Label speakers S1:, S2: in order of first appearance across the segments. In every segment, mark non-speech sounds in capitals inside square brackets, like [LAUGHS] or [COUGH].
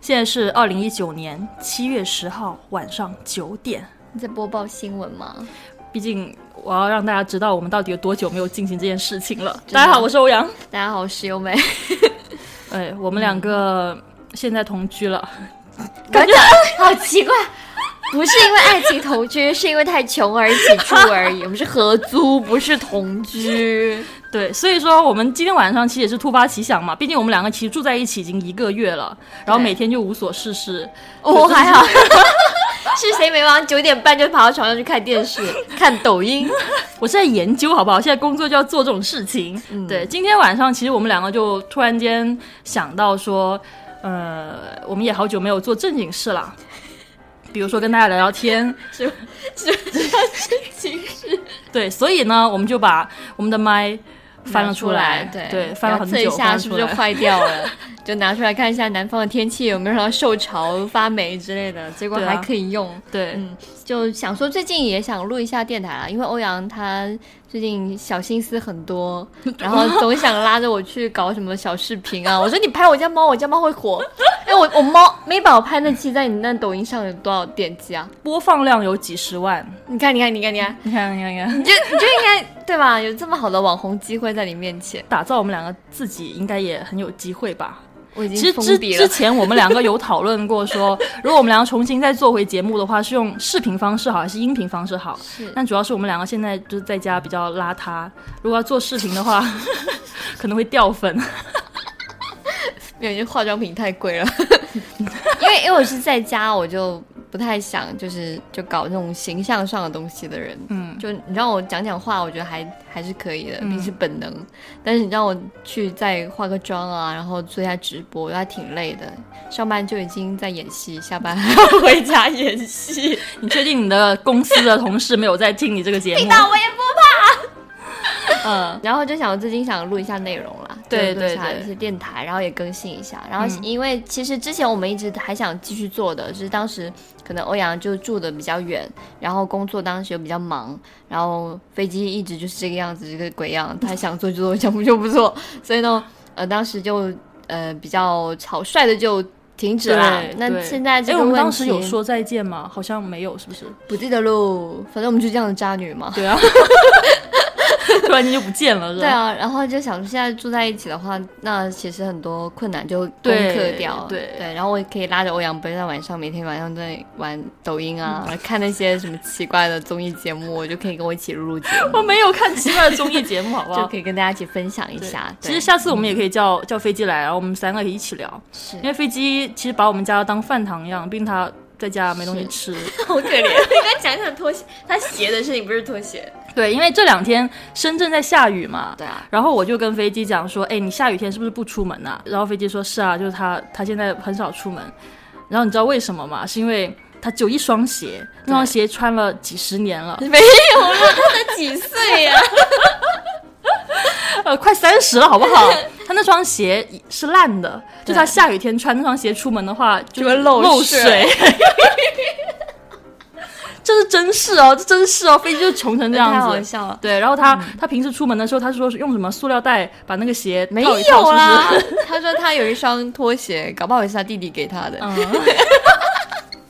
S1: 现在是二零一九年七月十号晚上九点。
S2: 你在播报新闻吗？
S1: 毕竟我要让大家知道我们到底有多久没有进行这件事情了。
S2: 真的
S1: 大家好，我是欧阳。
S2: 大家好，我是优 [LAUGHS] 美。
S1: 哎，我们两个现在同居了，
S2: 感觉好奇怪，不是因为爱情同居，是因为太穷而一起住而已。我们是合租，不是
S1: [LAUGHS]
S2: 同居。
S1: 对，所以说我们今天晚上其实也是突发奇想嘛，毕竟我们两个其实住在一起已经一个月了，然后
S2: 对
S1: 每天就无所事事。哦
S2: 我、还好。 [LAUGHS] 是谁没忙？九点半就爬到床上去看电视、看抖 [LAUGHS] 音。
S1: 我是在研究好不好？现在工作就要做这种事情。对，今天晚上其实我们两个就突然间想到说，呃，我们也好久没有做正经事了。比如说跟大家聊聊 [LAUGHS] 天，
S2: 其实
S1: 对，所以呢，我们就把我们的麦翻了出来，
S2: 对
S1: 翻了很久，
S2: 测一下
S1: 翻
S2: 是
S1: 出
S2: 不
S1: 来
S2: 是就坏掉
S1: [LAUGHS]
S2: 了，就拿出来看一下南方的天气有没有让它受潮、发霉之类的，结果
S1: 对啊
S2: 还可以用。
S1: 对，
S2: 嗯，就想说最近也想录一下电台了，啊因为欧阳他最近小心思
S1: [LAUGHS]
S2: 很多，然后总想拉着我去搞什么小视频啊。我说你拍我家猫，我家猫会火。哎，我我猫没把我拍那期在你那抖音上有多少点击啊？
S1: 播放量有几十万，
S2: 你看，你看，你看，你看，
S1: 你看，你看，你看，
S2: 你就你就应该对吧？有这么好的网红机会在你面前，
S1: [LAUGHS] 打造我们两个自己应该也很有机会吧？
S2: 我已
S1: 其实
S2: 经
S1: 之
S2: 封笔了
S1: 之。前我们两个有讨论过
S2: [LAUGHS]
S1: 说，如果我们两个重新再做回节目的话，是用视频方式好还是音频方式好？
S2: 是
S1: 但主要是我们两个现在就是在家比较邋遢，如果要做视频的话， [LAUGHS] 可能会掉粉。
S2: 因为化妆品太贵了， [LAUGHS] 因为因为我是在家，我就不太想就是就搞那种形象上的东西的人，
S1: 嗯，
S2: 就你让我讲讲话，我觉得还还是可以的，毕竟是本能。但是你让我去再化个妆啊，然后做一下直播，还挺累的。上班就已经在演戏，下班还要回家演戏。
S1: 你确定你的公司的同事没有在听你这个节目？
S2: 我也不。
S1: 嗯，
S2: 然后就想我最近想录一下内容啦，
S1: 对
S2: 就
S1: 对
S2: 录一下
S1: 对
S2: 一些电台，然后也更新一下。然后
S1: 嗯
S2: 因为其实之前我们一直还想继续做的，就是当时可能欧阳就住的比较远，然后工作当时又比较忙，然后飞机一直就是这个样子，这个鬼样，他想做就做，想不就不做。所以呢，呃，当时就呃比较草率的就停止了
S1: 对。
S2: 那
S1: 对
S2: 现在这
S1: 哎，
S2: 个
S1: 我
S2: 问
S1: 们
S2: 题，
S1: 当时有说再见吗？好像没有，是不是？
S2: 不记得喽，反正我们就这样的渣女嘛。
S1: 对啊， [LAUGHS] 突然间就不见了，是吧？
S2: 对啊，然后就想说现在住在一起的话，那其实很多困难就攻克
S1: 对
S2: 掉。
S1: 对
S2: 然后我也可以拉着欧阳不要在晚上每天晚上在玩抖音啊，看那些什么奇怪的综艺节目，我就可以跟我一起录录节 [LAUGHS] 目，
S1: 我没有看奇怪的综艺节目，好不
S2: 就
S1: 好？
S2: 可以跟大家一起分享一
S1: 对
S2: 下。
S1: 其实
S2: 对嗯
S1: 下次我们也可以叫、叫飞机来，然后我们三个一起聊，
S2: 是
S1: 因为飞机其实把我们家当饭堂一样，毕竟他在家没东西吃。
S2: [LAUGHS] 好可怜，你刚讲讲拖鞋，他鞋的事情不是拖鞋。
S1: 对，因为这两天深圳在下雨嘛。
S2: 对啊，
S1: 然后我就跟飞机讲说，哎，你下雨天是不是不出门呐、然后飞机说是啊，就是他他现在很少出门。然后你知道为什么吗？是因为他只有一双鞋，那双鞋穿了几十年了，
S2: [LAUGHS] 没有啦，他才几岁 [LAUGHS] 呀、
S1: 呃，快三十了，好不好？他那双鞋是烂的，就他下雨天穿那双鞋出门的话，就
S2: 就会
S1: 漏
S2: 漏
S1: 水
S2: 水。
S1: [LAUGHS] 这是真事哦，这真事哦，飞机就穷成这
S2: 太
S1: 样
S2: 好
S1: 子。
S2: 笑了。
S1: 对，然后他、他平时出门的时候，他是说是用什么塑料袋把那个鞋
S2: 没
S1: 套一套，
S2: 有啦
S1: 是， [LAUGHS]
S2: 他说他有一双拖鞋，搞不好也是他弟弟给 [LAUGHS] 他的。
S1: 不是？嗯，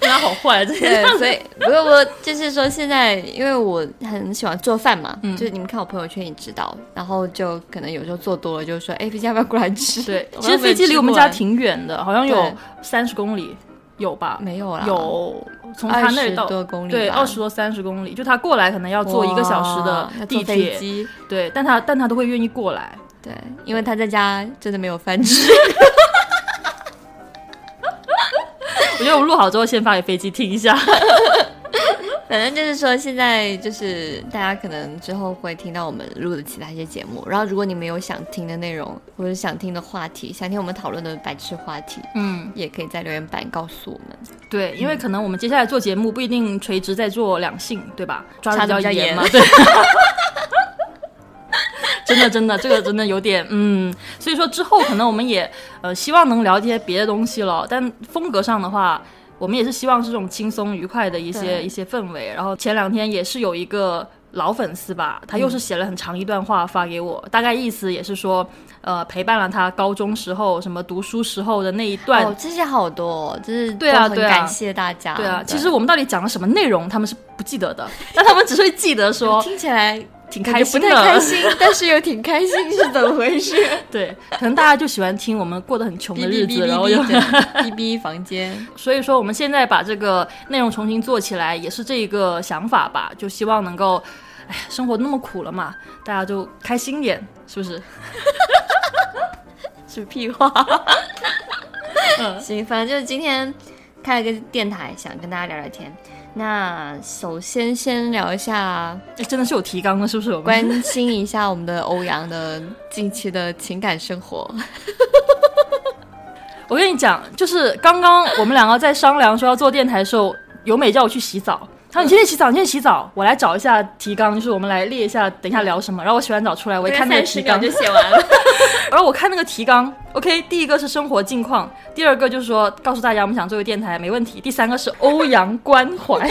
S1: 他好坏啊，这些
S2: [LAUGHS] 对，所以不过我就是说，现在因为我很喜欢做饭嘛，
S1: 嗯
S2: 就是你们看我朋友圈也知道，然后就可能有时候做多了，就说 [LAUGHS] 哎，飞机要不要过来吃？
S1: 对，
S2: [LAUGHS] 我
S1: 其实
S2: 都没
S1: 飞机离我们
S2: 吃过
S1: 家挺远的，好像有
S2: 对
S1: 三十公里，有吧？
S2: 没有啦，
S1: 有，从他那里
S2: 20
S1: 到
S2: 多公里
S1: 对，
S2: 吧
S1: 二十多三十公里，就他过来可能要坐一个小时
S2: 哇
S1: 的
S2: 要
S1: 地
S2: 坐飞
S1: 铁，
S2: 机，
S1: 对，但他但他都会愿意过来。
S2: 对，因为他在家真的没有
S1: [LAUGHS]
S2: 饭吃。
S1: 我觉得我录好之后先发给飞机听一下。
S2: 反正就是说，现在就是大家可能之后会听到我们录的其他一些节目，然后如果你们有想听的内容或者想听的话题，想听我们讨论的白痴话题，
S1: 嗯，
S2: 也可以在留言板告诉我们。
S1: 对，因为可能我们接下来做节目不一定垂直在做两性，对吧？抓的
S2: 查得
S1: 比较
S2: 比较
S1: 严
S2: 严
S1: 嘛， [LAUGHS] 对。真的，真的，这个真的有点，嗯，所以说之后可能我们也，呃，希望能聊一些别的东西了。但风格上的话，我们也是希望是这种轻松愉快的一些
S2: 对
S1: 一些氛围。然后前两天也是有一个老粉丝吧，他又是写了很长一段话发给我，大概意思也是说，呃，陪伴了他高中时候什么读书时候的那一段。
S2: 哦，这些好多、哦，就是
S1: 对啊
S2: 都很
S1: 对啊
S2: 感谢大家。
S1: 对啊，其实我们到底讲了什么内容，他们是不记得的， [LAUGHS] 但他们只会记得说
S2: 听起来
S1: [LAUGHS] 挺
S2: 感
S1: 开
S2: 觉不
S1: 心
S2: 太
S1: 的。
S2: 开心， [LAUGHS] 但是又挺开心，是怎么回事？
S1: 对，可能大家就喜欢 [LAUGHS] 听我们过得很穷
S2: 哔
S1: 的
S2: 哔
S1: 日
S2: 哔
S1: 子，然后
S2: 哔
S1: 又
S2: 哔的哔哔房间，
S1: [LAUGHS] 所以说，我们现在把这个内容重新做起来，也是这一个想法吧，就希望能够，哎，生活那么苦了嘛，大家就开心点，是不是？
S2: 是屁话。
S1: 嗯
S2: [LAUGHS] 行，反正就是今天开了个电台，想跟大家聊聊天。那首先先聊一下，
S1: 哎真的是有提纲的，是不是？我们
S2: 关心一下我们的欧阳的近期的情感生活。
S1: 我跟你讲，就是刚刚我们两个在商量说要做电台的时候，由美叫我去洗澡，她说你先去洗澡，你先去洗澡，我来找一下提纲，就是我们来列一下，等一下聊什么。然后我洗完澡出来，我一看那个提
S2: [LAUGHS]
S1: 纲，
S2: 写完了。
S1: 然后我看那个提纲，OK，第一个是生活近况，第二个就是说告诉大家我们想做个电台没问题，第三个是欧阳关怀。 [LAUGHS]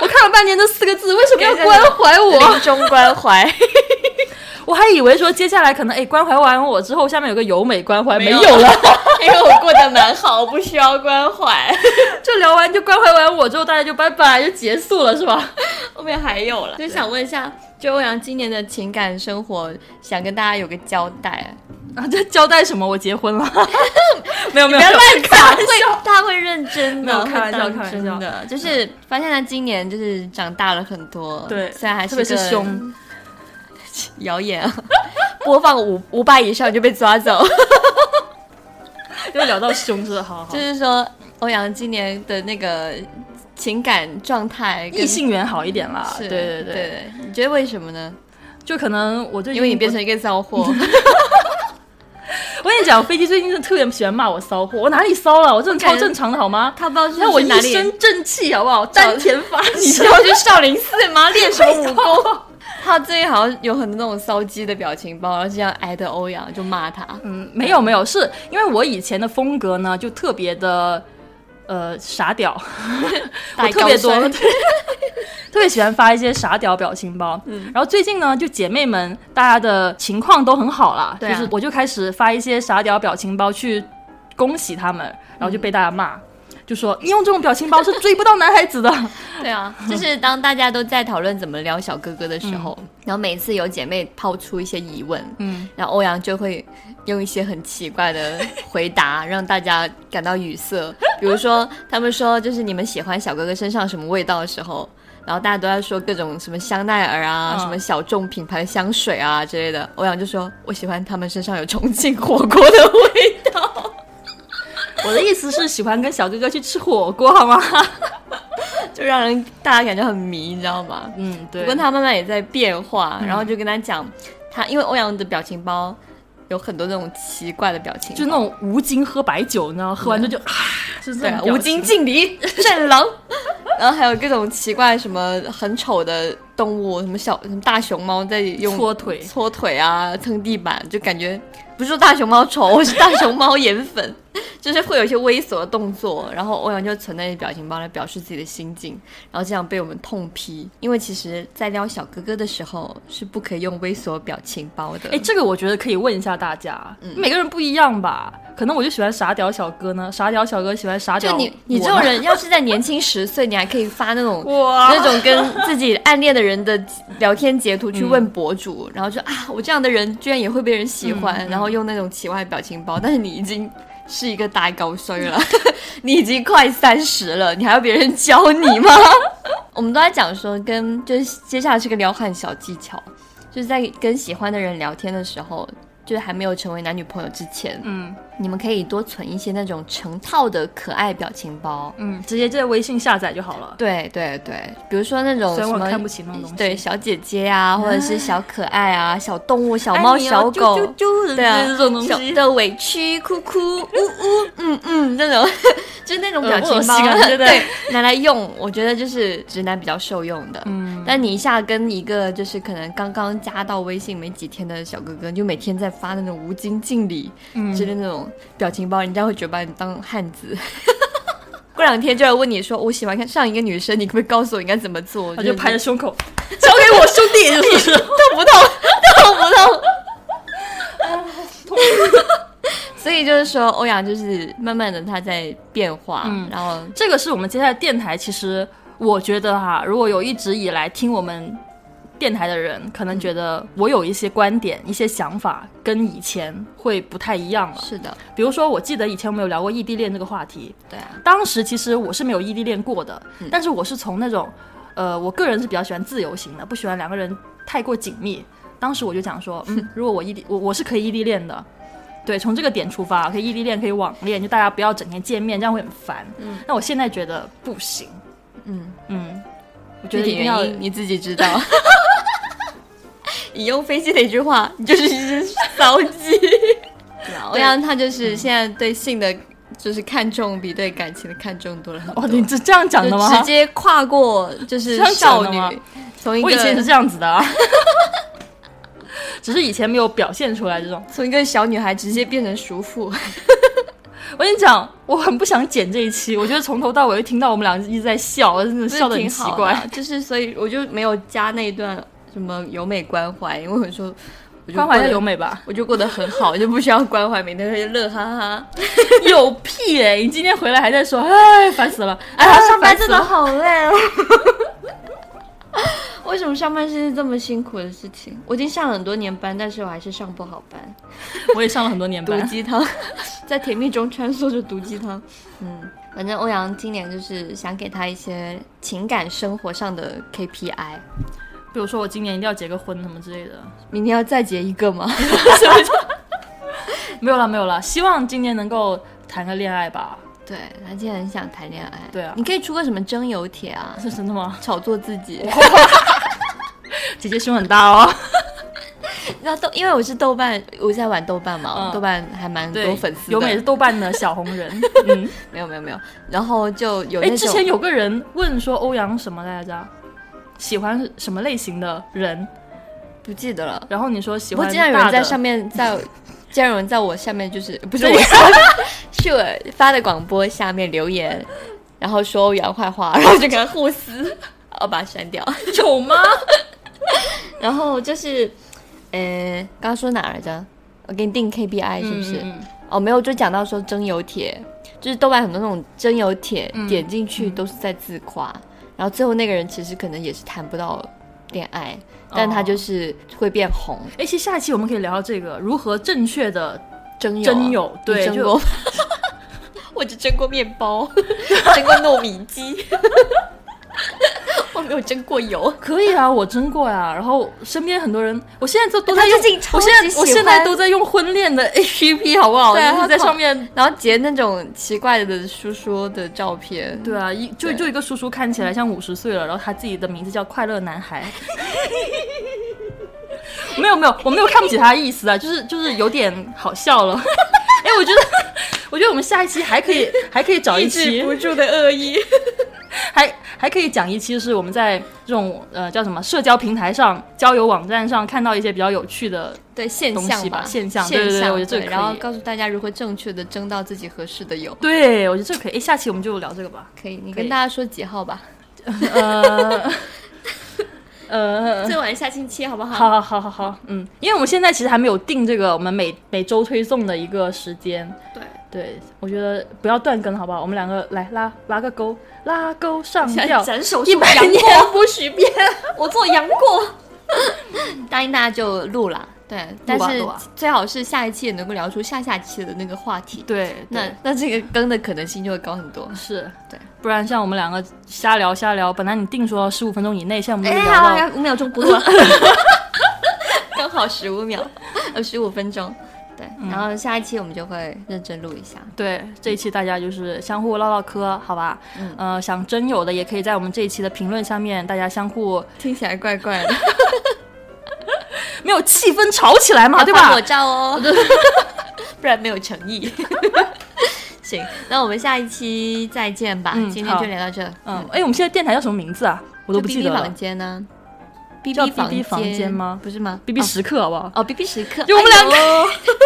S1: 我看了半天这四个字，为什么要关怀 [LAUGHS] 我？
S2: 临终关怀，
S1: 我还以为说接下来可能哎关怀完我之后，下面有个由美关怀，没
S2: 没有
S1: 有了，
S2: 因为我过得蛮好，不需要关怀。
S1: 就聊完就关怀完我之后，大家就拜拜就结束了是吧？
S2: 后面还有了，就想问一下，就欧阳今年的情感生活，想跟大家有个交代。
S1: [LAUGHS] 啊，这交代什么？我结婚了， [LAUGHS] 没 [LAUGHS] 有没有，
S2: 不要乱讲，
S1: 开玩
S2: 会
S1: 笑
S2: 他会认真
S1: 没有
S2: 的，
S1: 开玩笑
S2: 会当
S1: 开玩
S2: 真
S1: 笑
S2: 的，就是发现他今年就是长大了很多，
S1: [LAUGHS] 对
S2: 虽然还
S1: 特别是
S2: 个
S1: 胸，
S2: 谣言啊，播放五五百以上就被抓走。
S1: [LAUGHS] 又聊到胸是吧好好好
S2: [LAUGHS] 就，是说，欧阳今年的那个情感状态跟，
S1: 异性缘好一点啦，
S2: 是
S1: 对对
S2: 对
S1: 对，
S2: 你觉得为什么呢？
S1: 就可能我最近
S2: 因为你变成一个骚货，
S1: 我跟你讲，飞机最近真的特别喜欢骂我骚货，我哪里骚了？我这种超
S2: 看
S1: 正常的好吗？
S2: 他不知道
S1: [LAUGHS] 你看我
S2: 去
S1: 一
S2: 哪里，
S1: 身正气，啊好不 [LAUGHS] 好？丹田发力
S2: 你是，
S1: [LAUGHS]
S2: 要去少林寺吗？练什么武功？他最近好像有很多那种骚鸡的表情包，然后就这样挨着欧阳就骂他。
S1: 嗯，没有没有，是因为我以前的风格呢，就特别的。呃，傻
S2: [LAUGHS]
S1: 屌，我
S2: 大
S1: 特别
S2: 高
S1: 多，
S2: 帅
S1: 对 [LAUGHS] 特别喜欢发一些傻屌表情包。
S2: 嗯
S1: 然后最近呢，就姐妹们大家的情况都很好啦，
S2: 对
S1: 就
S2: 啊
S1: 是我就开始发一些傻屌表情包去恭喜她们，然后就被大家
S2: 嗯
S1: 骂，就说你用这种表情包是追不到男孩
S2: [LAUGHS]
S1: 子的。
S2: 对啊，就是当大家都在讨论怎么撩小哥哥的时候，然后每次有姐妹抛出一些疑问，
S1: 嗯，
S2: 然后欧阳就会用一些很奇怪的回答，让大家感到语塞。比如说，他们说就是你们喜欢小哥哥身上什么味道的时候，然后大家都在说各种什么香奈儿啊、
S1: 嗯
S2: 什么小众品牌的香水啊之类的，欧阳就说我喜欢他们身上有重庆火锅的味道。
S1: [LAUGHS] 我的意思是喜欢跟小哥哥去吃火锅，好吗？
S2: 就让人大家感觉很迷，你知道吗？
S1: 嗯，对嗯
S2: 不过他慢慢也在变化，然后就跟他讲，他因为欧阳的表情包有很多那种奇怪的表情包，
S1: 就那种无精喝白酒，你知道吗，喝完之后就啊， [LAUGHS] 就是
S2: 对
S1: 这
S2: 啊
S1: 种，
S2: 无精敬 [LAUGHS] 礼战狼，然后还有各种奇怪什么很丑的动物，什么小什么大熊猫在用
S1: 搓腿。
S2: 搓腿啊蹭地板，就感觉不是说大熊猫丑，是大熊猫颜粉， [LAUGHS] 就是会有一些猥琐的动作，然后欧阳就存在于表情包来表示自己的心境，然后这样被我们痛批，因为其实在撩小哥哥的时候是不可以用猥琐表情包的嗯
S1: 哎，，这个我觉得可以问一下大家，每个人不一样吧？可能我就喜欢傻屌小哥呢，傻屌小哥喜欢傻屌
S2: 就
S1: 我呢。
S2: 你你这种 [LAUGHS] 人，要是在年轻十岁，你还可以发那种
S1: 哇
S2: 那种跟自己暗恋的人的聊天截图去问博主，然后就啊，我这样的人居然也会被人喜欢，然后用那种奇怪的表情包。但是你已经是一个大高衰了， [LAUGHS] 你已经快三十了，你还要别人教你吗？我们都在讲说跟就是接下来是个撩汉小技巧，就是在跟喜欢的人聊天的时候。就是还没有成为男女朋友之前，
S1: [LAUGHS] 嗯
S2: 你们可以多存一些那种成套的可爱表情包，
S1: 嗯，直接在微信下载就好了。
S2: 对对对，比如说那种
S1: 虽
S2: 什
S1: 然我
S2: 么
S1: 看不起那种东西
S2: 对小姐
S1: [LAUGHS]
S2: 姐啊，或者是小可爱啊、小动物、小
S1: 爱
S2: 猫、
S1: 你哦
S2: 小狗，
S1: 啾啾啾
S2: 对啊，
S1: 这种东
S2: 小
S1: 西。
S2: 的委屈、哭哭、呜呜、嗯嗯，那种 [LAUGHS] 就是那种表情包，
S1: 恶心啊对不对
S2: 对，拿来用，我觉得就是直男比较受用的。嗯，但你一下跟一个就是可能刚刚加到微信没几天的小哥哥，你就每天在发那种无精敬礼
S1: 嗯
S2: 之类的那种表情包，人家会觉得把你当汉子。 [LAUGHS] 过两天就来问你说，我喜欢看上一个女生，你可不可以告诉我应该怎么做？
S1: 他就拍着
S2: 是
S1: 胸口，交给我兄弟， [LAUGHS] 就是
S2: 痛不痛？痛不痛？ [LAUGHS] 所以就是说，欧阳就是慢慢的他在变化，
S1: 嗯
S2: 然后
S1: 这个是我们接下来电台。其实我觉得哈、如果有一直以来听我们电台的人，可能觉得我有一些观点、一些想法跟以前会不太一样了。
S2: 是的，
S1: 比如说，我记得以前我们有聊过异地恋这个话题，
S2: 对啊，
S1: 当时其实我是没有异地恋过的，
S2: 嗯
S1: 但是我是从那种，呃，我个人是比较喜欢自由型的，不喜欢两个人太过紧密。当时我就讲
S2: [LAUGHS]
S1: 说，嗯，如果我异地，我我是可以异地恋的，对，从这个点出发，可以异地恋，可以网恋，就大家不要整天见面，这样会很烦。嗯，那我现在觉得不行，
S2: 嗯
S1: 嗯，我觉
S2: 具
S1: 得
S2: 体
S1: 一定
S2: 原
S1: 要
S2: 因你自己知
S1: [LAUGHS]
S2: 道。引用飞机的一句话，你就是一只骚鸡。对啊欧阳他就是现在对性的，就是看重比对感情的看重多了很多。
S1: 哦，你是这样讲的
S2: 就
S1: 吗？
S2: 直接跨过就是
S1: 这样讲
S2: 少
S1: 的吗
S2: 女，从一
S1: 我以前也是
S2: 个
S1: 这样子的、啊， [LAUGHS] 只是以前没有表现出来这种。
S2: 从一个小女孩直接变成熟妇。
S1: 我跟你讲，我很不想剪这一期，我觉得从头到尾就听到我们俩一直在笑，真的笑得
S2: 的啊
S1: 很奇怪。，
S2: 就是所以我就没有加那一段什么由美关怀，因为我说我就
S1: 关怀一
S2: 过
S1: 下
S2: 得，
S1: 由，美吧
S2: 我就过得很好，就不需要关怀，每天会乐哈 [LAUGHS] 哈。
S1: 有屁哎、你今天回来还在说，哎，烦死了，哎，
S2: 啊上班
S1: 烦死
S2: 真的
S1: 了。
S2: 好累哦。 [LAUGHS] 为什么上班是件这么辛苦的事情？我已经上了很多年班，但是我还是上不好班。
S1: 我也上了很多年
S2: 毒
S1: 班，
S2: 鸡汤， [LAUGHS] 在甜蜜中穿梭着毒鸡汤。嗯，反正欧阳今年就是想给他一些情感生活上的 KPI。
S1: 比如说我今年一定要结个婚什么之类的，
S2: 明天要再结一个吗？
S1: 没有了没有了，希望今年能够谈个恋爱吧。
S2: 对，他今天很想谈恋爱。
S1: 对啊
S2: 你可以出个什么征友帖啊，
S1: 是真的吗？
S2: 炒作自己。
S1: 姐姐胸很大哦。
S2: [LAUGHS] 那豆，因为我是豆瓣，我在玩豆瓣嘛，
S1: 嗯
S2: 豆瓣还蛮多
S1: 对，
S2: 粉丝的。
S1: 由美是豆瓣的小红
S2: [LAUGHS]
S1: 人。嗯，
S2: 没有没有没有，然后就有
S1: 哎，
S2: 那
S1: 之
S2: 种
S1: 前有个人问说欧阳什么来着？喜欢什么类型的人？
S2: 不记得了。
S1: 然后你说喜
S2: 不过
S1: 欢
S2: 竟然有人
S1: 大
S2: 在
S1: 的
S2: 上面，
S1: [LAUGHS]
S2: 在竟然有人在我下面，就是不是
S1: 对
S2: 我下是我发的广播下面留言，然后说欧阳坏话，然后就跟他互撕， [LAUGHS] 我把它删掉。
S1: [LAUGHS] 有吗？
S2: [LAUGHS] 然后就是，呃，刚刚说哪儿来着？我给你定 KPI 是不是？
S1: 嗯嗯嗯
S2: 哦，没有，就讲到说征友帖，就是豆瓣很多那种征友帖，点进去都是在自夸，然后最后那个人其实可能也是谈不到恋爱，但他就是会变红。
S1: 哎，其实下一期我们可以聊聊这个如何正确的
S2: 征友啊，
S1: 真有
S2: 你
S1: 对，
S2: 蒸
S1: 就
S2: 过， [LAUGHS] 我只蒸过面 [LAUGHS] 包，蒸过糯米鸡， [LAUGHS] 我没有蒸过 [LAUGHS] 油。
S1: 可以啊，我真过呀。然后身边很多人，我现在都都在
S2: 哎他
S1: 用
S2: 最近，超
S1: 我
S2: 级
S1: 现在我
S2: 喜
S1: 现在
S2: 欢
S1: 都在用婚恋的哎 APP，好不好？
S2: 对啊
S1: 就是
S2: 他
S1: 在
S2: 狂
S1: 上面。
S2: 然后截那种奇怪的叔叔的照片，
S1: 对啊，一就
S2: 对
S1: 就一个叔叔看起来像五十岁了，然后他自己的名字叫快乐男孩。 [LAUGHS] 没有没有，我没有看不起他的意思啊，就是就是有点好笑了。 [LAUGHS] 哎，我觉得，我觉得我们下一期还可以还可以找一
S2: 抑
S1: 期
S2: 制不住的恶意。
S1: 还还可以讲一期，是我们在这种呃叫什么社交平台上、交友网站上看到一些比较有趣的。
S2: 对现
S1: 东
S2: 象
S1: 西吧现象
S2: 象，现
S1: 对对对我觉得这个可以
S2: 然后告诉大家如何正确的征到自己合适的友，
S1: 对，我觉得这个可以。哎，下期我们就聊这个吧。
S2: 可以，你
S1: 可以
S2: 跟大家说几号吧，
S1: 呃呃，
S2: 最晚下星期好不好？
S1: 好好好好好，嗯，因为我们现在其实还没有定这个我们每每周推送的一个时间。
S2: 对，
S1: 对，我觉得不要断更，好不好？我们两个来拉拉个钩，拉钩上吊，
S2: 斩首
S1: 一
S2: 一
S1: 百
S2: 百年
S1: 年
S2: 不许变， [LAUGHS] 我做杨过。
S1: [LAUGHS]
S2: 答应大家就录啦，对，但是
S1: 录啊
S2: 最好是下一期也能够聊出下下期的那个话题，
S1: 对，
S2: 那
S1: 对
S2: 那这个更的可能性就会高很多。
S1: 是
S2: 对，
S1: 不然像我们两个瞎聊瞎聊，本来你定说十五分钟以内，现在我们就聊
S2: 好
S1: 到、
S2: 呀，五秒钟不了， [LAUGHS] 刚好十五秒，呃，十五分钟。对，
S1: 嗯
S2: 然后下一期我们就会认真录一下。
S1: 对，这一期大家就是相互唠唠嗑，好吧？
S2: 嗯
S1: 呃，想真有的也可以在我们这一期的评论下面，大家相互
S2: 听起来怪怪 [LAUGHS] 的，
S1: 没有气氛吵起来嘛，对
S2: 要放
S1: 吧
S2: 我？
S1: [LAUGHS]
S2: 照哦，不然没有诚意。行，那我们下一期再见吧。
S1: 嗯
S2: 今天就聊到这。
S1: 嗯，哎，我们现在电台叫什么名字啊？我
S2: 我
S1: 都不记得
S2: 房
S1: 了。
S2: 间呢？ ，B
S1: 叫
S2: B 房
S1: BB 房间吗
S2: 不是吗
S1: ，B B 时刻好不好？
S2: 哦，B B 时刻，
S1: 就我们两
S2: 个、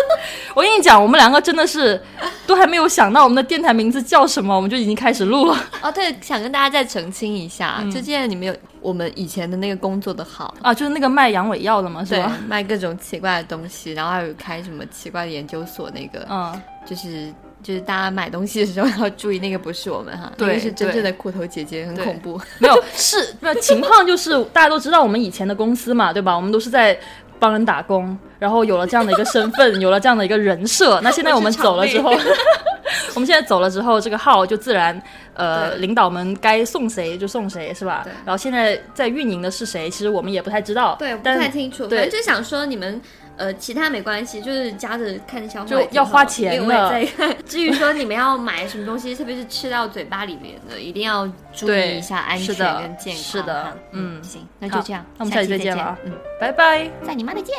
S1: [LAUGHS] 我跟你讲，我们两个真的是都还没有想到我们的电台名字叫什么，我们就已经开始录了
S2: 哦，对，想跟大家再澄清一下，
S1: 嗯
S2: 就既然你们有我们以前的那个工作的号，
S1: 啊！就是那个卖阳痿药的嘛，是
S2: 对
S1: 吧？，
S2: 卖各种奇怪的东西，然后还有开什么奇怪的研究所，那个、
S1: 嗯，
S2: 就是就是大家买东西的时候要注意，那个不是我们哈，
S1: 对
S2: 那个是真正的裤头姐姐，很
S1: 对
S2: 恐怖。 [LAUGHS]
S1: 没有是没有情况，就是大家都知道我们以前的公司嘛，对吧？我们都是在帮人打工，然后有了这样的一个身
S2: [LAUGHS]
S1: 份，有了这样的一个人设。那现在我们走了之后， [LAUGHS] 我们现在走了之后，这个号就自然呃，
S2: 对
S1: 领导们该送谁就送谁，是吧
S2: 对？
S1: 然后现在在运营的是谁，其实我们也不太知道，
S2: [LAUGHS] 对，我不
S1: 但
S2: 太清楚，
S1: 对
S2: 反正就想说你们。呃，其他没关系，就是夹着看消化
S1: 就
S2: 也挺好的，
S1: 要花钱
S2: 因为我
S1: 了
S2: 也在看。至于说你们要买什么东西，特别是吃到嘴巴里面的，一定要注
S1: 对
S2: 意一下安
S1: 是
S2: 全
S1: 的
S2: 跟健康。
S1: 是的
S2: 哈
S1: 嗯
S2: 嗯，行，那就这样嗯
S1: 好，那我们下期
S2: 期
S1: 再
S2: 再
S1: 见了啊
S2: 嗯，
S1: 拜拜。
S2: 在你妈的见。